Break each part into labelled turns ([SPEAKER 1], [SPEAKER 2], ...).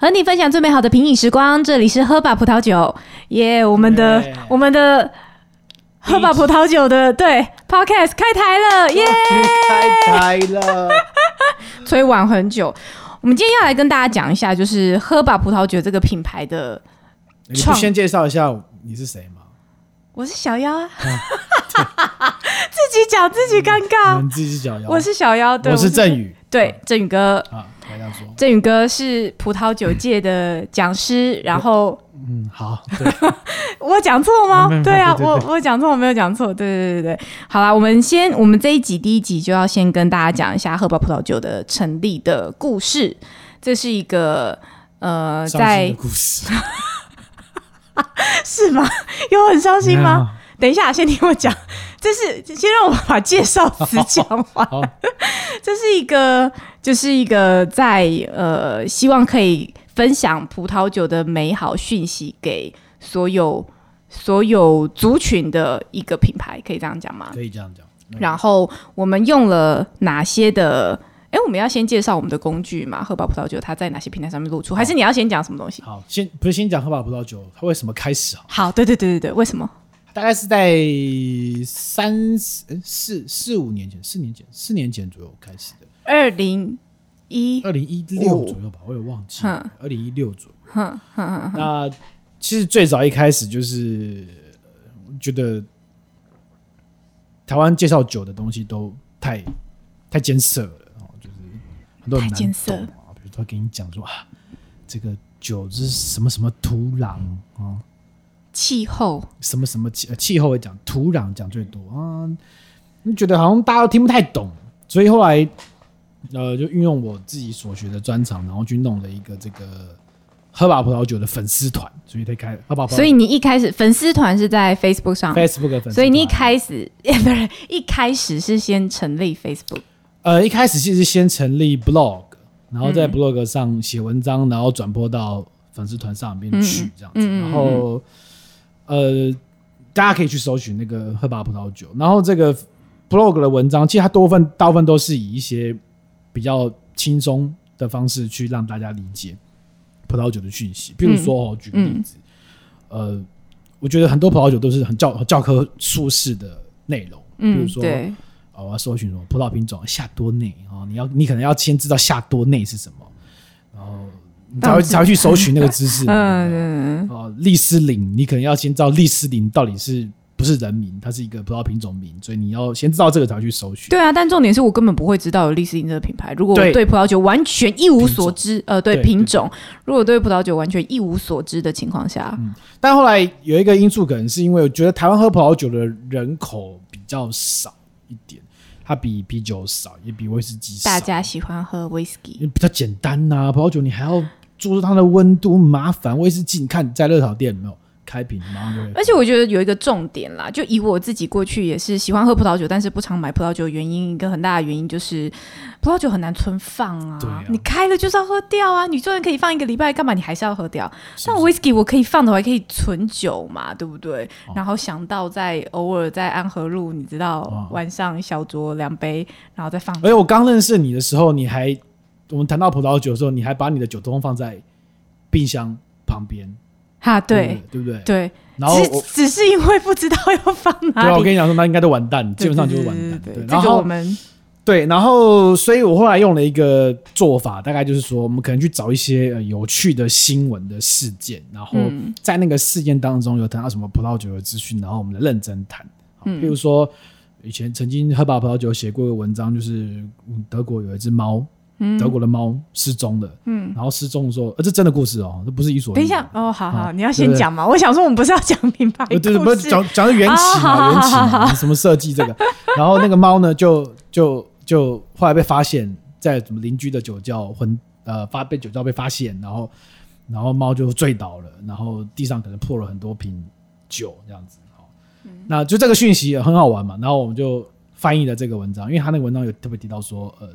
[SPEAKER 1] 和你分享最美好的品饮时光。这里是喝吧葡萄酒，耶、我们的
[SPEAKER 2] 耶
[SPEAKER 1] 我们的喝吧葡萄酒的对 podcast 开台了，耶、
[SPEAKER 2] 开台了，
[SPEAKER 1] 所以晚很久。我们今天要来跟大家讲一下，就是喝吧葡萄酒这个品牌的，
[SPEAKER 2] 你不
[SPEAKER 1] 创
[SPEAKER 2] 先介绍一下你是谁吗？
[SPEAKER 1] 我是小妖啊，
[SPEAKER 2] 嗯
[SPEAKER 1] 自己讲自己尴尬。
[SPEAKER 2] 你自己是小妖，
[SPEAKER 1] 我是小妖，对，
[SPEAKER 2] 我是郑宇
[SPEAKER 1] 对郑宇哥，
[SPEAKER 2] 啊，来这样说，
[SPEAKER 1] 郑宇哥是葡萄酒界的讲师，然后
[SPEAKER 2] 嗯，好， 对，
[SPEAKER 1] 我讲错吗
[SPEAKER 2] 没有没？有
[SPEAKER 1] 对啊，
[SPEAKER 2] 对对
[SPEAKER 1] 我我讲错，我没有讲错。对对对对，好啦，我们先，我们这一集第一集就要先跟大家讲一下喝宝葡萄酒的成立的故事。这是一个呃，
[SPEAKER 2] 伤心
[SPEAKER 1] 在
[SPEAKER 2] 的故事
[SPEAKER 1] 是吗？ 有很伤心吗？？
[SPEAKER 2] 没啊
[SPEAKER 1] 等一下，先听我讲。这是先让我把介绍词讲完。
[SPEAKER 2] 好
[SPEAKER 1] 这是一个，就是一个在呃，希望可以分享葡萄酒的美好讯息给所有所有族群的一个品牌，可以这样讲吗
[SPEAKER 2] 有，？可以这样讲。嗯
[SPEAKER 1] 然后我们用了哪些的？哎，我们要先介绍我们的工具嘛？喝宝葡萄酒它在哪些平台上面露出？还是你要先讲什么东西？
[SPEAKER 2] 好，先不是先讲喝吧葡萄酒，它为什么开始啊？
[SPEAKER 1] 好，对对对对对，为什么？
[SPEAKER 2] 大概是在三四哎四四五年前，四年前，四年前左右开始的，
[SPEAKER 1] 二零一
[SPEAKER 2] 二零一
[SPEAKER 1] 哦
[SPEAKER 2] 六左右吧，我也忘记了，二零一六左右。那其实最早一开始就是呃我觉得台湾介绍酒的东西都太太艰涩了，哦，就是很多人
[SPEAKER 1] 太艰涩
[SPEAKER 2] 难懂啊。比如说给你讲说啊，这个酒是什么什么土壤啊，
[SPEAKER 1] 气候
[SPEAKER 2] 什么什么气、呃、气候会讲，土壤讲最多啊，你觉得好像大家都听不太懂，所以后来呃就运用我自己所学的专长，然后去弄了一个这个喝吧葡萄酒的粉丝团，所以他开喝吧葡萄酒，
[SPEAKER 1] 所以你一开始粉丝团是在 Facebook 上，
[SPEAKER 2] Facebook 的粉丝团，
[SPEAKER 1] 所以你一开始 不是一开始是先成立 Facebook，
[SPEAKER 2] 呃一开始其实先成立 blog，然后
[SPEAKER 1] 嗯
[SPEAKER 2] 在 blog 上写文章，然后转播到粉丝团上面去这样
[SPEAKER 1] 嗯
[SPEAKER 2] 子，
[SPEAKER 1] 嗯嗯嗯
[SPEAKER 2] 然后呃大家可以去搜寻那个喝吧葡萄酒，然后这个 blog 的文章其实它多分大部分都是以一些比较轻松的方式去让大家理解葡萄酒的讯息，比如说
[SPEAKER 1] 嗯
[SPEAKER 2] 哦，举个例子，呃，我觉得很多葡萄酒都是很教教科书式的内容，比
[SPEAKER 1] 嗯
[SPEAKER 2] 如，说。
[SPEAKER 1] 对，
[SPEAKER 2] 哦，我要搜寻什么葡萄品种夏多内哦，你要你可能要先知道夏多内是什么，然后你才
[SPEAKER 1] 到
[SPEAKER 2] 会
[SPEAKER 1] 底
[SPEAKER 2] 才会去搜寻 那个知识。
[SPEAKER 1] 嗯
[SPEAKER 2] 嗯，
[SPEAKER 1] 嗯，嗯
[SPEAKER 2] 哦，利斯林，你可能要先知道利斯林到底是不是人名，它是一个葡萄品种名，所以你要先知道这个才会去搜寻。
[SPEAKER 1] 对啊，但重点是我根本不会知道有丽斯汀这个品牌。如果我
[SPEAKER 2] 对
[SPEAKER 1] 对葡萄酒完全一无所知，呃，对
[SPEAKER 2] 对对
[SPEAKER 1] 品种，如果对葡萄酒完全一无所知的情况下，
[SPEAKER 2] 但后来有一个因素，可能是因为我觉得台湾喝葡萄酒的人口比较少一点，它比啤酒少，也比威士忌少。
[SPEAKER 1] 大家喜欢喝 whisky，
[SPEAKER 2] 因为比较简单呐、葡萄酒你还要注意它的温度，麻烦。威士忌，你看你在热炒店有没有开瓶，马上就会。
[SPEAKER 1] 而且我觉得有一个重点啦，就以我自己过去也是喜欢喝葡萄酒，但是不常买葡萄酒的原因，一个很大的原因就是葡萄酒很难存放啊，
[SPEAKER 2] 对啊
[SPEAKER 1] 你开了就是要喝掉啊，你就算可以放一个礼拜，干嘛你还是要喝掉？
[SPEAKER 2] 是
[SPEAKER 1] 像
[SPEAKER 2] 不是
[SPEAKER 1] whisky 我可以放的，我还可以存酒嘛，对不对？然后想到在偶尔在安和路，你知道、
[SPEAKER 2] 哦呃
[SPEAKER 1] 晚上小酌两杯，然后再放。
[SPEAKER 2] 而且我刚认识你的时候，你还我们谈到葡萄酒的时候，你还把你的酒通放在冰箱旁边，
[SPEAKER 1] 哈，
[SPEAKER 2] 对
[SPEAKER 1] 对
[SPEAKER 2] 不对对不对？
[SPEAKER 1] 对，
[SPEAKER 2] 嗯然后我
[SPEAKER 1] 只只是因为不知道要放
[SPEAKER 2] 对
[SPEAKER 1] 哪
[SPEAKER 2] 啊，我
[SPEAKER 1] 里，
[SPEAKER 2] 跟你讲说，那应该都完蛋，
[SPEAKER 1] 对
[SPEAKER 2] 基本上就是完蛋。
[SPEAKER 1] 对
[SPEAKER 2] 对，
[SPEAKER 1] 对对
[SPEAKER 2] 然
[SPEAKER 1] 这个我
[SPEAKER 2] 后
[SPEAKER 1] 们
[SPEAKER 2] 对，然后所以我后来用了一个做法，大概就是说，我们可能去找一些、呃、有趣的新闻的事件，然后
[SPEAKER 1] 嗯
[SPEAKER 2] 在那个事件当中有谈到什么葡萄酒的资讯，然后我们来认真谈。好
[SPEAKER 1] 嗯
[SPEAKER 2] 譬如说，以前曾经喝吧葡萄酒写过一个文章，就是嗯德国有一只猫，
[SPEAKER 1] 嗯
[SPEAKER 2] 德国的猫失踪了，嗯，然后失踪的时候，呃，这真的故事哦，这不是伊索
[SPEAKER 1] 等
[SPEAKER 2] 寓
[SPEAKER 1] 一
[SPEAKER 2] 言
[SPEAKER 1] 下哦，好好，
[SPEAKER 2] 啊
[SPEAKER 1] 你要
[SPEAKER 2] 对
[SPEAKER 1] 先
[SPEAKER 2] 不对
[SPEAKER 1] 讲嘛。我想说，我们不是要讲品牌
[SPEAKER 2] 呃，
[SPEAKER 1] 故
[SPEAKER 2] 对对，不是
[SPEAKER 1] 事，
[SPEAKER 2] 讲讲的缘起
[SPEAKER 1] 哦
[SPEAKER 2] 嘛，缘起
[SPEAKER 1] 好好好
[SPEAKER 2] 嘛，什么设计这个。 然后那个猫呢，就就就后来被发现，在什么邻居的酒窖昏呃发被酒窖被发现，然后然后猫就醉倒了，然后地上可能破了很多瓶酒这样子。好，
[SPEAKER 1] 嗯
[SPEAKER 2] 那就这个讯息也很好玩嘛，然后我们就翻译了这个文章，因为他那个文章有特别提到说，呃，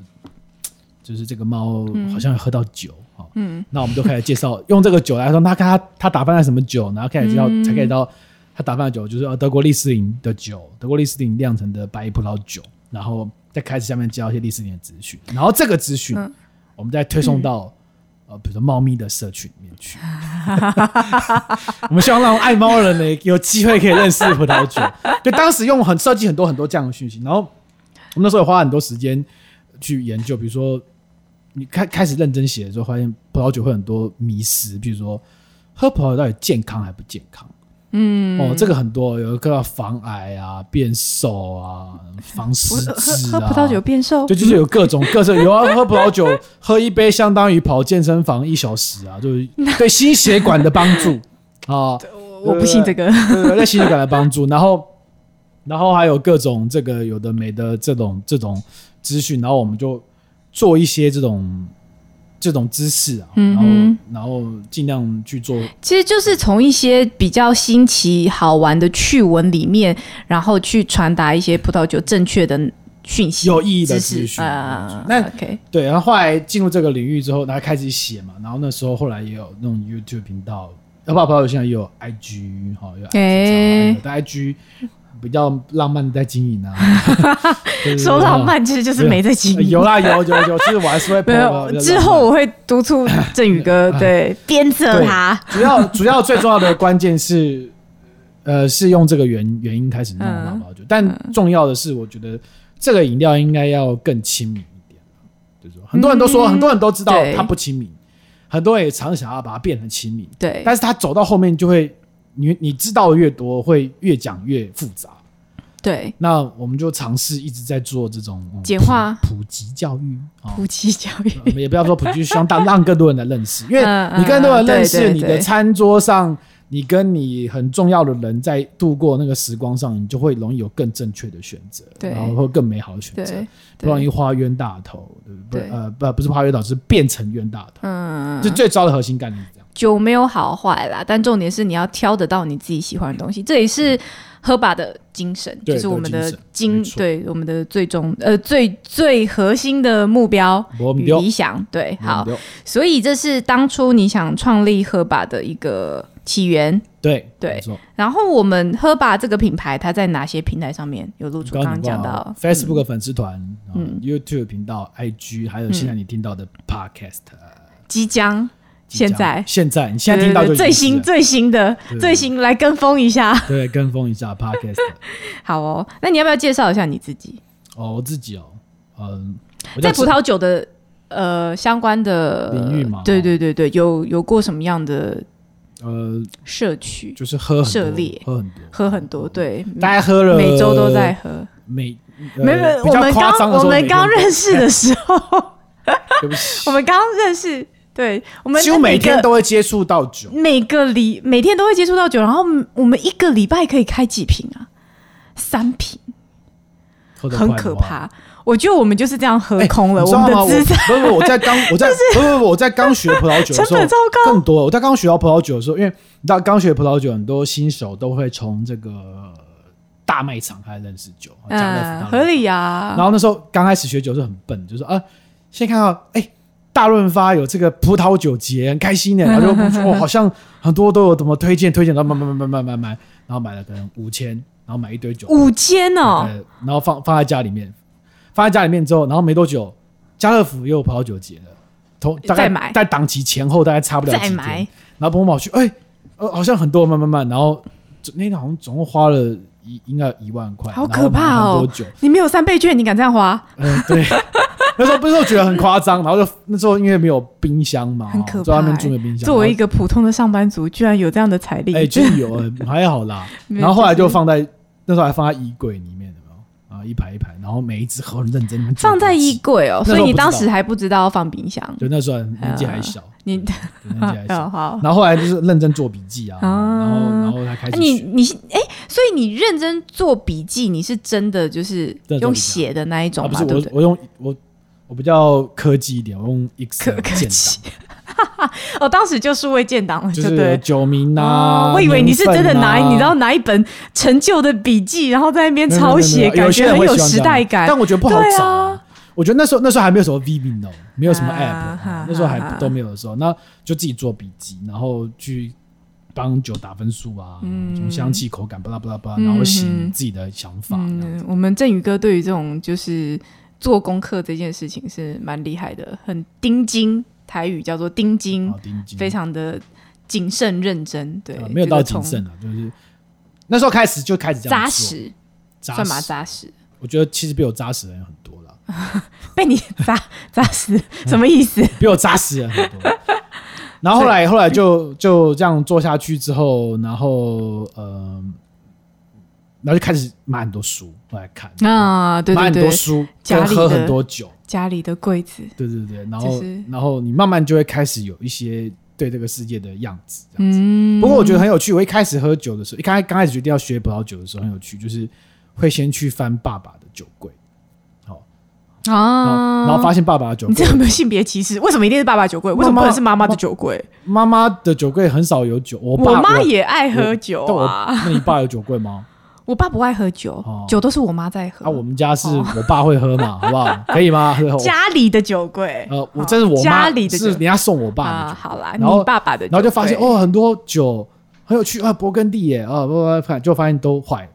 [SPEAKER 2] 就是这个猫好像有喝到酒。哦好
[SPEAKER 1] 嗯，
[SPEAKER 2] 那我们就开始介绍，用这个酒来说，那他他打翻了什么酒，然后开始介绍，才可以到他打翻的酒就是呃德国利斯林的酒，德国利斯林酿成的白葡萄酒，
[SPEAKER 1] 嗯
[SPEAKER 2] 然后再开始下面介绍一些利斯林的资讯，然后这个资讯我们再推送到、呃，比如说猫咪的社群里面去。 我们希望让爱猫的人呢有机会可以认识葡萄酒。就当时用很设计很多很多这样的讯息，然后我们那时候也花很多时间去研究，比如说你开开始认真写的时候，发现葡萄酒会很多迷失，比如说喝葡萄酒到底健康还不健康？嗯，哦，这个很多，有一个防癌啊、变瘦啊、防失
[SPEAKER 1] 喝
[SPEAKER 2] 智
[SPEAKER 1] 喝喝
[SPEAKER 2] 啊，
[SPEAKER 1] 葡萄酒变瘦
[SPEAKER 2] 就，就是有各种各种，有啊，喝葡萄酒，喝一杯相当于跑健身房一小时啊，就是对心血管的帮助啊，
[SPEAKER 1] 我不信这个。
[SPEAKER 2] 对对对心血管的帮助。然后，然后还有各种这个有的没的这种这种资讯，然后我们就做一些这种这种知识啊，然后、
[SPEAKER 1] 嗯
[SPEAKER 2] 然后尽量去做
[SPEAKER 1] 其实就是从一些比较新奇好玩的趣闻里面，然后去传达一些葡萄酒正确的讯息、
[SPEAKER 2] 有意义的
[SPEAKER 1] 知
[SPEAKER 2] 资
[SPEAKER 1] 识
[SPEAKER 2] 讯。
[SPEAKER 1] 啊。
[SPEAKER 2] 那
[SPEAKER 1] OK，
[SPEAKER 2] 对，然后后来进入这个领域之后，然后开始写嘛，然后那时候后来也有那种 YouTube 频道，要不然朋友现在也有 IG 哈、有 IG
[SPEAKER 1] 哎
[SPEAKER 2] 账号、有的 IG 比较浪漫的在 经营啊，对
[SPEAKER 1] 说浪、漫其实就是没在经
[SPEAKER 2] 对对
[SPEAKER 1] 营。
[SPEAKER 2] 呃 有啦有有有，就是我还是会
[SPEAKER 1] 没有
[SPEAKER 2] po 比较浪漫
[SPEAKER 1] 之后我会督促振宇 哥对鞭策他。
[SPEAKER 2] 主要主要最重要的关键是，呃，是用这个原原因开始弄到
[SPEAKER 1] 嗯
[SPEAKER 2] 葡萄酒，但重要的是，我觉得这个饮料应该要更亲民一点，就是说很多人都说，
[SPEAKER 1] 嗯
[SPEAKER 2] 很多人都知道
[SPEAKER 1] 对
[SPEAKER 2] 它不亲民，很多人也常想要把它变成亲民，
[SPEAKER 1] 对，
[SPEAKER 2] 但是他走到后面就会，你你知道的越多，会越讲越复杂。
[SPEAKER 1] 对，
[SPEAKER 2] 那我们就尝试一直在做这种、嗯
[SPEAKER 1] 简化
[SPEAKER 2] 普普及教育啊。
[SPEAKER 1] 夫妻教育
[SPEAKER 2] 我们也不要说普及，希望大让更多人来认识，因为
[SPEAKER 1] 嗯嗯
[SPEAKER 2] 你更多人认
[SPEAKER 1] 对
[SPEAKER 2] 识，
[SPEAKER 1] 对
[SPEAKER 2] 你的
[SPEAKER 1] 对
[SPEAKER 2] 餐桌上，你跟你很重要的人在度过那个时光上，你就会容易有更正确的选择，
[SPEAKER 1] 对
[SPEAKER 2] 然后会更美好的选择
[SPEAKER 1] 对，，
[SPEAKER 2] 不容易花冤大头，对不对？
[SPEAKER 1] 对
[SPEAKER 2] 不呃，不不是花冤大头，是变成冤大头，
[SPEAKER 1] 嗯
[SPEAKER 2] 就，最糟的核心概念是这样。
[SPEAKER 1] 酒没有好坏啦，但重点是你要挑得到你自己喜欢的东西，这也是喝吧的精神，
[SPEAKER 2] 对
[SPEAKER 1] 就是我们的
[SPEAKER 2] 没
[SPEAKER 1] 精，
[SPEAKER 2] 错
[SPEAKER 1] 对我们的最终呃最最核心的目标
[SPEAKER 2] 我们
[SPEAKER 1] 与
[SPEAKER 2] 丢
[SPEAKER 1] 理，想。对，好，
[SPEAKER 2] 没有，
[SPEAKER 1] 所以这是当初你想创立喝吧的一个起源。
[SPEAKER 2] 对
[SPEAKER 1] 对
[SPEAKER 2] 没错
[SPEAKER 1] 然后我们喝吧这个品牌，它在哪些平台上面有露出？刚刚讲到
[SPEAKER 2] Facebook 粉丝团、嗯、YouTube 频道、IG，还有现在
[SPEAKER 1] 嗯
[SPEAKER 2] 你听到的 Podcast，、啊
[SPEAKER 1] 即将现
[SPEAKER 2] 即将
[SPEAKER 1] 在
[SPEAKER 2] 现在你现在听到就
[SPEAKER 1] 对对对
[SPEAKER 2] 已
[SPEAKER 1] 最
[SPEAKER 2] 经是嗯
[SPEAKER 1] 新最新的
[SPEAKER 2] 对
[SPEAKER 1] 最新来跟风一下。
[SPEAKER 2] 对跟风一下 Podcast。
[SPEAKER 1] 好哦，那你要不要介绍一下你自己？
[SPEAKER 2] 哦，我自己哦，嗯，我
[SPEAKER 1] 在
[SPEAKER 2] 叫
[SPEAKER 1] 葡萄酒的呃相关的
[SPEAKER 2] 领域嘛哦
[SPEAKER 1] 对对对对，有有过什么样的
[SPEAKER 2] 呃，
[SPEAKER 1] 社区？
[SPEAKER 2] 就是喝很
[SPEAKER 1] 涉
[SPEAKER 2] 多
[SPEAKER 1] 猎，
[SPEAKER 2] 喝很多，
[SPEAKER 1] 喝很多，对，
[SPEAKER 2] 大概喝了
[SPEAKER 1] 每周都在喝。
[SPEAKER 2] 每呃
[SPEAKER 1] 没有没有，
[SPEAKER 2] 比
[SPEAKER 1] 我
[SPEAKER 2] 较
[SPEAKER 1] 们
[SPEAKER 2] 夸
[SPEAKER 1] 刚
[SPEAKER 2] 张的
[SPEAKER 1] 我
[SPEAKER 2] 时候
[SPEAKER 1] 们
[SPEAKER 2] 每
[SPEAKER 1] 刚
[SPEAKER 2] 天
[SPEAKER 1] 认识的时候，
[SPEAKER 2] 对不起，
[SPEAKER 1] 我们刚认识，对，我们
[SPEAKER 2] 几乎每
[SPEAKER 1] 个
[SPEAKER 2] 天都会接触到酒，
[SPEAKER 1] 每个礼每天都会接触到酒，然后我们一个礼拜可以开几瓶啊？三瓶，
[SPEAKER 2] 喝得
[SPEAKER 1] 很
[SPEAKER 2] 快
[SPEAKER 1] 可
[SPEAKER 2] 吗。
[SPEAKER 1] 怕。我觉得我们就是这样喝
[SPEAKER 2] 哎
[SPEAKER 1] 空了，
[SPEAKER 2] 你知
[SPEAKER 1] 我们
[SPEAKER 2] 道吗
[SPEAKER 1] 的资产
[SPEAKER 2] 我不不，我在刚 我在不不不，我在刚学葡萄酒的
[SPEAKER 1] 成
[SPEAKER 2] 时候
[SPEAKER 1] 本，超高。
[SPEAKER 2] 更多。我在刚学到葡萄酒的时候，因为你知道刚学葡萄酒，很多新手都会从这个大卖场开始认识酒，家乐福
[SPEAKER 1] 嗯，
[SPEAKER 2] 大
[SPEAKER 1] 合
[SPEAKER 2] 卖场
[SPEAKER 1] 理呀、
[SPEAKER 2] 然后那时候刚开始学酒是很笨，就是啊，先看到哎、大润发有这个葡萄酒节，很开心的，然后就哦，好像很多都有怎么推荐推荐，然后买买买买买买，然后买了可能五千，然后买一堆酒，
[SPEAKER 1] 五间哦，
[SPEAKER 2] 对，然后放放在家里面，放在家里面之后，然后没多久，家乐福又有葡萄酒节了，同大概
[SPEAKER 1] 再买
[SPEAKER 2] 在档期前后大概差不了
[SPEAKER 1] 再
[SPEAKER 2] 几
[SPEAKER 1] 买
[SPEAKER 2] 天，。然后跑跑去，哎、呃，好像很多，慢慢慢，然后这那天好像总共花了一应该有一万块，
[SPEAKER 1] 好
[SPEAKER 2] 然后
[SPEAKER 1] 可怕
[SPEAKER 2] 买
[SPEAKER 1] 哦
[SPEAKER 2] 很多酒，
[SPEAKER 1] 你没有三倍券，你敢这样花？
[SPEAKER 2] 嗯，对。那时候不是说觉得很夸张，然后就那时候因为没有冰箱嘛，
[SPEAKER 1] 很可怕
[SPEAKER 2] 哦在外面住没有冰箱。
[SPEAKER 1] 作为一
[SPEAKER 2] 个
[SPEAKER 1] 个普通的上班族，居然有这样的财力，
[SPEAKER 2] 哎，就是有哎还好啦。
[SPEAKER 1] 没有
[SPEAKER 2] 然后后来
[SPEAKER 1] 就
[SPEAKER 2] 就是放在那时候还放在衣柜里面，有没有啊？一排一排，然后每一只很认真。
[SPEAKER 1] 放在衣
[SPEAKER 2] 一，
[SPEAKER 1] 柜哦，
[SPEAKER 2] 那时
[SPEAKER 1] 所
[SPEAKER 2] 候
[SPEAKER 1] 以
[SPEAKER 2] 不
[SPEAKER 1] 你
[SPEAKER 2] 知
[SPEAKER 1] 当
[SPEAKER 2] 道
[SPEAKER 1] 时还不知道要放冰箱。
[SPEAKER 2] 就那时候年纪还小，
[SPEAKER 1] 你
[SPEAKER 2] 对年纪还
[SPEAKER 1] 哦
[SPEAKER 2] 小。
[SPEAKER 1] 好，
[SPEAKER 2] 然后后来就是认真做笔记啊，
[SPEAKER 1] 啊
[SPEAKER 2] 然后然后才开始
[SPEAKER 1] 你
[SPEAKER 2] 学。
[SPEAKER 1] 你哎，所以你认真做笔记，你是真的就是
[SPEAKER 2] 真的做
[SPEAKER 1] 用
[SPEAKER 2] 笔记
[SPEAKER 1] 写的那一
[SPEAKER 2] 啊，
[SPEAKER 1] 种
[SPEAKER 2] 不
[SPEAKER 1] 嘛，
[SPEAKER 2] 是
[SPEAKER 1] 对不
[SPEAKER 2] 我
[SPEAKER 1] 对？
[SPEAKER 2] 我用我我比较科技一点，我用 Excel
[SPEAKER 1] 科科
[SPEAKER 2] 建
[SPEAKER 1] 技
[SPEAKER 2] 档，
[SPEAKER 1] 哦，当时就数位建档了，
[SPEAKER 2] 就
[SPEAKER 1] 对不
[SPEAKER 2] 是
[SPEAKER 1] 对？
[SPEAKER 2] 酒名
[SPEAKER 1] 哦
[SPEAKER 2] 啊。
[SPEAKER 1] 我以为你是真的拿，
[SPEAKER 2] 年份啊
[SPEAKER 1] 你知道拿一本陈旧的笔记，然后在那边
[SPEAKER 2] 没有没有
[SPEAKER 1] 抄
[SPEAKER 2] 没有
[SPEAKER 1] 写，
[SPEAKER 2] 没有
[SPEAKER 1] 感
[SPEAKER 2] 有些
[SPEAKER 1] 觉
[SPEAKER 2] 人
[SPEAKER 1] 很
[SPEAKER 2] 会
[SPEAKER 1] 有
[SPEAKER 2] 喜欢这
[SPEAKER 1] 时
[SPEAKER 2] 样
[SPEAKER 1] 代感。
[SPEAKER 2] 但我觉得不好
[SPEAKER 1] 对
[SPEAKER 2] 找、
[SPEAKER 1] 啊
[SPEAKER 2] 我觉得那时候那时候还没有什么 Vimeo，没有什么 app，、
[SPEAKER 1] 啊哈
[SPEAKER 2] 那时候还
[SPEAKER 1] 哈哈
[SPEAKER 2] 都没有的时候，那就自己做笔记，然后去帮酒打分数啊，
[SPEAKER 1] 嗯
[SPEAKER 2] 什么香气、口感，巴拉巴拉巴
[SPEAKER 1] 嗯
[SPEAKER 2] 拉，然后写你自己的想法。这样
[SPEAKER 1] 嗯，我们振宇哥对于这种就是做功课这件事情是蛮厉害的，很盯紧台语叫做丁金
[SPEAKER 2] 好，丁金
[SPEAKER 1] 非常的谨慎认真，对，
[SPEAKER 2] 呃没有到
[SPEAKER 1] 这
[SPEAKER 2] 谨
[SPEAKER 1] 个
[SPEAKER 2] 慎啊，就是那时候开始就开始这
[SPEAKER 1] 从，
[SPEAKER 2] 样
[SPEAKER 1] 扎
[SPEAKER 2] 做，
[SPEAKER 1] 实，
[SPEAKER 2] 扎
[SPEAKER 1] 算蛮
[SPEAKER 2] 实
[SPEAKER 1] 扎实，
[SPEAKER 2] 我觉得其实比我扎实的人很多了，
[SPEAKER 1] 被你扎扎实什么意 思？
[SPEAKER 2] 比我扎实的人很多。然后后来后来
[SPEAKER 1] 嗯
[SPEAKER 2] 就就这样做下去之后，然后呃，然后就开始买很多书来看，
[SPEAKER 1] 啊，对
[SPEAKER 2] 买
[SPEAKER 1] 对
[SPEAKER 2] 很嗯多
[SPEAKER 1] 对，
[SPEAKER 2] 书，
[SPEAKER 1] 家
[SPEAKER 2] 跟
[SPEAKER 1] 里
[SPEAKER 2] 喝
[SPEAKER 1] 的
[SPEAKER 2] 很多酒，
[SPEAKER 1] 家里的柜子，
[SPEAKER 2] 对对对，然后、
[SPEAKER 1] 就是
[SPEAKER 2] 然后你慢慢就会开始有一些对这个世界的样子，这样
[SPEAKER 1] 嗯，
[SPEAKER 2] 不过我觉得很有趣，我一开始喝酒的时候，一开刚开始决定要学葡萄酒的时候很有趣，就是会先去翻爸爸的酒柜，好、然后、
[SPEAKER 1] 啊，
[SPEAKER 2] 然后发现爸爸的酒
[SPEAKER 1] 你这
[SPEAKER 2] 柜，
[SPEAKER 1] 有没有性别歧视？为什么一定是爸爸酒柜？为什么不能是妈妈的酒柜？
[SPEAKER 2] 妈妈的酒柜很少有酒，我爸
[SPEAKER 1] 我妈也爱 喝酒
[SPEAKER 2] 但我
[SPEAKER 1] 啊，
[SPEAKER 2] 那你爸有酒柜 吗？
[SPEAKER 1] 我爸不爱喝酒
[SPEAKER 2] 哦，
[SPEAKER 1] 酒都是我妈在喝。
[SPEAKER 2] 啊，我们家是
[SPEAKER 1] 哦
[SPEAKER 2] 我爸会 喝嘛，好不好？可以吗？喝
[SPEAKER 1] 家里的酒柜，
[SPEAKER 2] 呃，我这是我妈
[SPEAKER 1] 家里的酒
[SPEAKER 2] 是人家送我爸的
[SPEAKER 1] 啊，
[SPEAKER 2] 酒，
[SPEAKER 1] 好啦，
[SPEAKER 2] 然后
[SPEAKER 1] 你爸爸的酒柜，
[SPEAKER 2] 然后就发现哦，很多酒很有趣啊，勃艮第耶啊，不不不，就发现都坏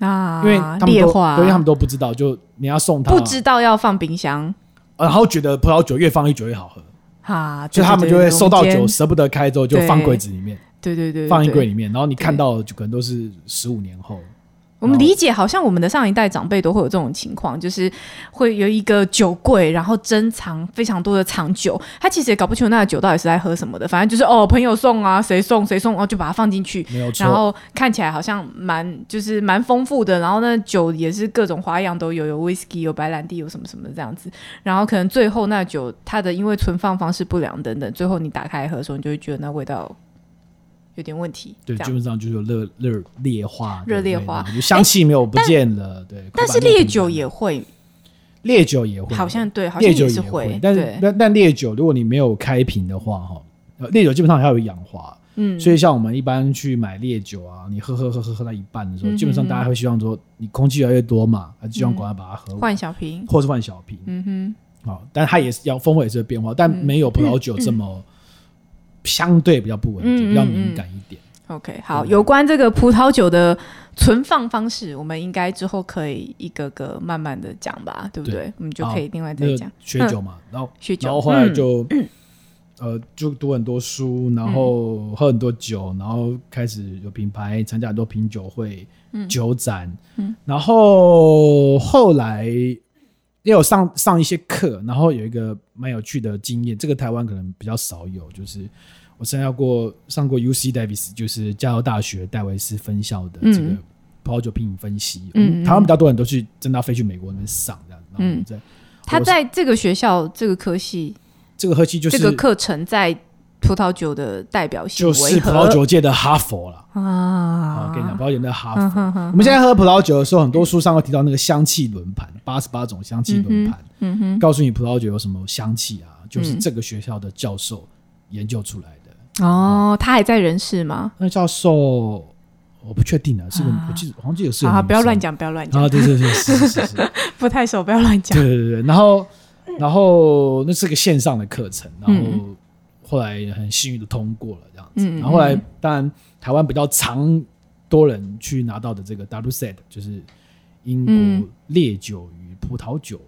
[SPEAKER 2] 了，
[SPEAKER 1] 啊，
[SPEAKER 2] 哦因为他们
[SPEAKER 1] 劣
[SPEAKER 2] 都
[SPEAKER 1] 化，
[SPEAKER 2] 对，因为他们都不知道，就你要送他呃
[SPEAKER 1] 不知道要放冰箱
[SPEAKER 2] 然后觉得葡萄酒越放越久越好喝，
[SPEAKER 1] 啊，对
[SPEAKER 2] 所以他们就会收到，
[SPEAKER 1] 对对我们今
[SPEAKER 2] 酒
[SPEAKER 1] 天
[SPEAKER 2] 舍不得开之后就放柜子里面，
[SPEAKER 1] 对对对，对
[SPEAKER 2] 放衣柜。
[SPEAKER 1] 对
[SPEAKER 2] 里面，然后你
[SPEAKER 1] 对
[SPEAKER 2] 看到的就可能都是十五年后，
[SPEAKER 1] 我们理解好像我们的上一代长辈都会有这种情况，就是会有一个酒柜，然后珍藏非常多的藏酒，他其实也搞不清楚那个酒到底是在喝什么的，反正就是哦，朋友送啊，谁送谁送，哦，就把它放进去，
[SPEAKER 2] 没有错
[SPEAKER 1] 然。后看起来好像蛮就是蛮丰富的，然后呢酒也是各种花样都有，有 whisky，有白兰地，有什么什么这样子。然后可能最后那酒它的因为存放方式不良等等，最后你打开来喝的时候，你就会觉得那味道有点问题。
[SPEAKER 2] 对，
[SPEAKER 1] 这
[SPEAKER 2] 基
[SPEAKER 1] 样。
[SPEAKER 2] 本上就是有热热烈化，
[SPEAKER 1] 热
[SPEAKER 2] 对
[SPEAKER 1] 烈化
[SPEAKER 2] 对就香气没有不见了，对。
[SPEAKER 1] 但是
[SPEAKER 2] 口感没有
[SPEAKER 1] 烈
[SPEAKER 2] 不见
[SPEAKER 1] 酒
[SPEAKER 2] 了
[SPEAKER 1] 也会，
[SPEAKER 2] 烈酒也会，啊
[SPEAKER 1] 好像对，好像
[SPEAKER 2] 烈酒
[SPEAKER 1] 是
[SPEAKER 2] 会
[SPEAKER 1] 会，，
[SPEAKER 2] 但是
[SPEAKER 1] 对，
[SPEAKER 2] 但但烈酒如果你没有开瓶的话，哈，呃烈酒基本上还要有氧化，
[SPEAKER 1] 嗯，
[SPEAKER 2] 所以像我们一般去买烈酒啊，你喝喝喝喝喝到一半的时候，
[SPEAKER 1] 嗯
[SPEAKER 2] 基本上
[SPEAKER 1] 嗯
[SPEAKER 2] 大家会希望说你空气越来越多嘛，啊还希望赶快把它喝完
[SPEAKER 1] 换小瓶，
[SPEAKER 2] 或是换小瓶，
[SPEAKER 1] 嗯哼，嗯
[SPEAKER 2] 哦，但它也是要风味也是会变化，但没有葡萄酒 这么相对比较不稳定，
[SPEAKER 1] 嗯嗯
[SPEAKER 2] 比较敏感一点。
[SPEAKER 1] OK，好，有关这个葡萄酒的存放方式，我们应该之后可以一个个慢慢的讲吧，对不
[SPEAKER 2] 对
[SPEAKER 1] 对？我们就
[SPEAKER 2] 好
[SPEAKER 1] 可以另外再
[SPEAKER 2] 那
[SPEAKER 1] 讲
[SPEAKER 2] 个学酒嘛，然后
[SPEAKER 1] 酗酒。
[SPEAKER 2] 然后后来
[SPEAKER 1] 嗯
[SPEAKER 2] 就呃就读很多书，然
[SPEAKER 1] 嗯
[SPEAKER 2] 后喝很多酒，然后开始有品牌参加很多品酒会、
[SPEAKER 1] 嗯
[SPEAKER 2] 酒展，然后后来也有上上一些课，然后有一个蛮有趣的经验，这个台湾可能比较少有，就是我参加过上过 U C Davis，就是加州大学戴维斯分校的这个
[SPEAKER 1] 嗯
[SPEAKER 2] 葡萄酒品饮分析，
[SPEAKER 1] 嗯嗯
[SPEAKER 2] 台湾比较多人都去真的要飞去美国那边上这样，然后我们
[SPEAKER 1] 嗯
[SPEAKER 2] 在
[SPEAKER 1] 他
[SPEAKER 2] 我
[SPEAKER 1] 在这个学校、这个科系、
[SPEAKER 2] 这个喝气就是
[SPEAKER 1] 这个课程，在葡萄酒的代表性
[SPEAKER 2] 就
[SPEAKER 1] 为
[SPEAKER 2] 是葡
[SPEAKER 1] 何
[SPEAKER 2] 萄酒界的哈佛了。
[SPEAKER 1] 啊
[SPEAKER 2] 啊，跟你讲，葡萄酒的哈
[SPEAKER 1] 嗯
[SPEAKER 2] 佛。
[SPEAKER 1] 哼哼
[SPEAKER 2] 我们现在喝葡萄酒的时候，很多书上会提到那个香气轮盘，八十八种香气轮盘，
[SPEAKER 1] 嗯哼，嗯
[SPEAKER 2] 告诉你葡萄酒有什么香气啊，就是这个学校的教授研究出来的。
[SPEAKER 1] 哦，他还在人事吗？
[SPEAKER 2] 那教授我不确定啊，是个
[SPEAKER 1] 啊
[SPEAKER 2] 我记得我好像记得是个
[SPEAKER 1] 好，
[SPEAKER 2] 女生
[SPEAKER 1] 不要乱讲，不要乱讲，
[SPEAKER 2] 啊，对对对，是是是是，对
[SPEAKER 1] 不太熟，不要乱讲。
[SPEAKER 2] 对对对。然后然后那是个线上的课程，然后
[SPEAKER 1] 嗯
[SPEAKER 2] 后来很幸运的通过了这样子。
[SPEAKER 1] 嗯，
[SPEAKER 2] 然后后来
[SPEAKER 1] 嗯，
[SPEAKER 2] 当然台湾比较常多人去拿到的这个 WSET 就是英
[SPEAKER 1] 嗯
[SPEAKER 2] 国烈酒与葡萄酒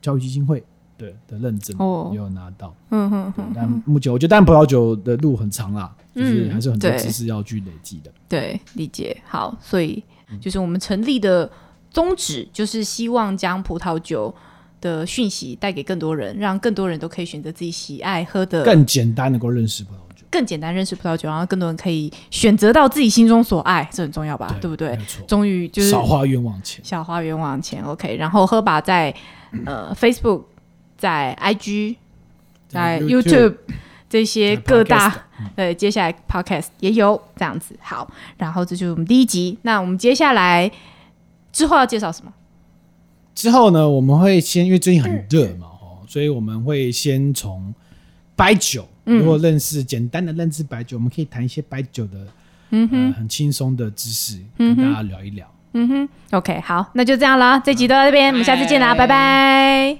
[SPEAKER 2] 教育基金会对的认证
[SPEAKER 1] 哦
[SPEAKER 2] 也有拿到，
[SPEAKER 1] 嗯哼
[SPEAKER 2] 对
[SPEAKER 1] 哼，
[SPEAKER 2] 但目前我觉得，但葡萄酒的路很长啦，就是
[SPEAKER 1] 嗯
[SPEAKER 2] 还是有很多
[SPEAKER 1] 对
[SPEAKER 2] 知识要去累积的。
[SPEAKER 1] 对，理解。好，所以就是我们成立的宗旨，就是希望将葡萄酒的讯息带给更多人，让更多人都可以选择自己喜爱喝的
[SPEAKER 2] 更简单能够认识葡萄酒，
[SPEAKER 1] 更简单认识葡萄酒，然后更多人可以选择到自己心中所爱，这很重要吧？对不
[SPEAKER 2] 没
[SPEAKER 1] 对？
[SPEAKER 2] 有错，
[SPEAKER 1] 终于就是
[SPEAKER 2] 少花冤枉钱。
[SPEAKER 1] 小花园往前，OK。然后喝吧在
[SPEAKER 2] 嗯
[SPEAKER 1] 呃 Facebook、在 IG、在 YouTube 这些
[SPEAKER 2] 在
[SPEAKER 1] 各大
[SPEAKER 2] Podcast，嗯
[SPEAKER 1] 对，接下来 Podcast 也有这样子。好，然后这就是我们第一集。那我们接下来之后要介绍什么？
[SPEAKER 2] 之后呢，我们会先因为最近很热
[SPEAKER 1] 嗯
[SPEAKER 2] 嘛，哦，所以我们会先从白酒，
[SPEAKER 1] 嗯
[SPEAKER 2] 如果认识简单的认识白酒，我们可以谈一些白酒的，
[SPEAKER 1] 嗯
[SPEAKER 2] 呃
[SPEAKER 1] 哼，
[SPEAKER 2] 很轻松的知识，
[SPEAKER 1] 嗯
[SPEAKER 2] 跟
[SPEAKER 1] 哼
[SPEAKER 2] 大家聊一聊。
[SPEAKER 1] 嗯哼，OK，好，那就这样啦，这集到这边，我们下次见啦，拜拜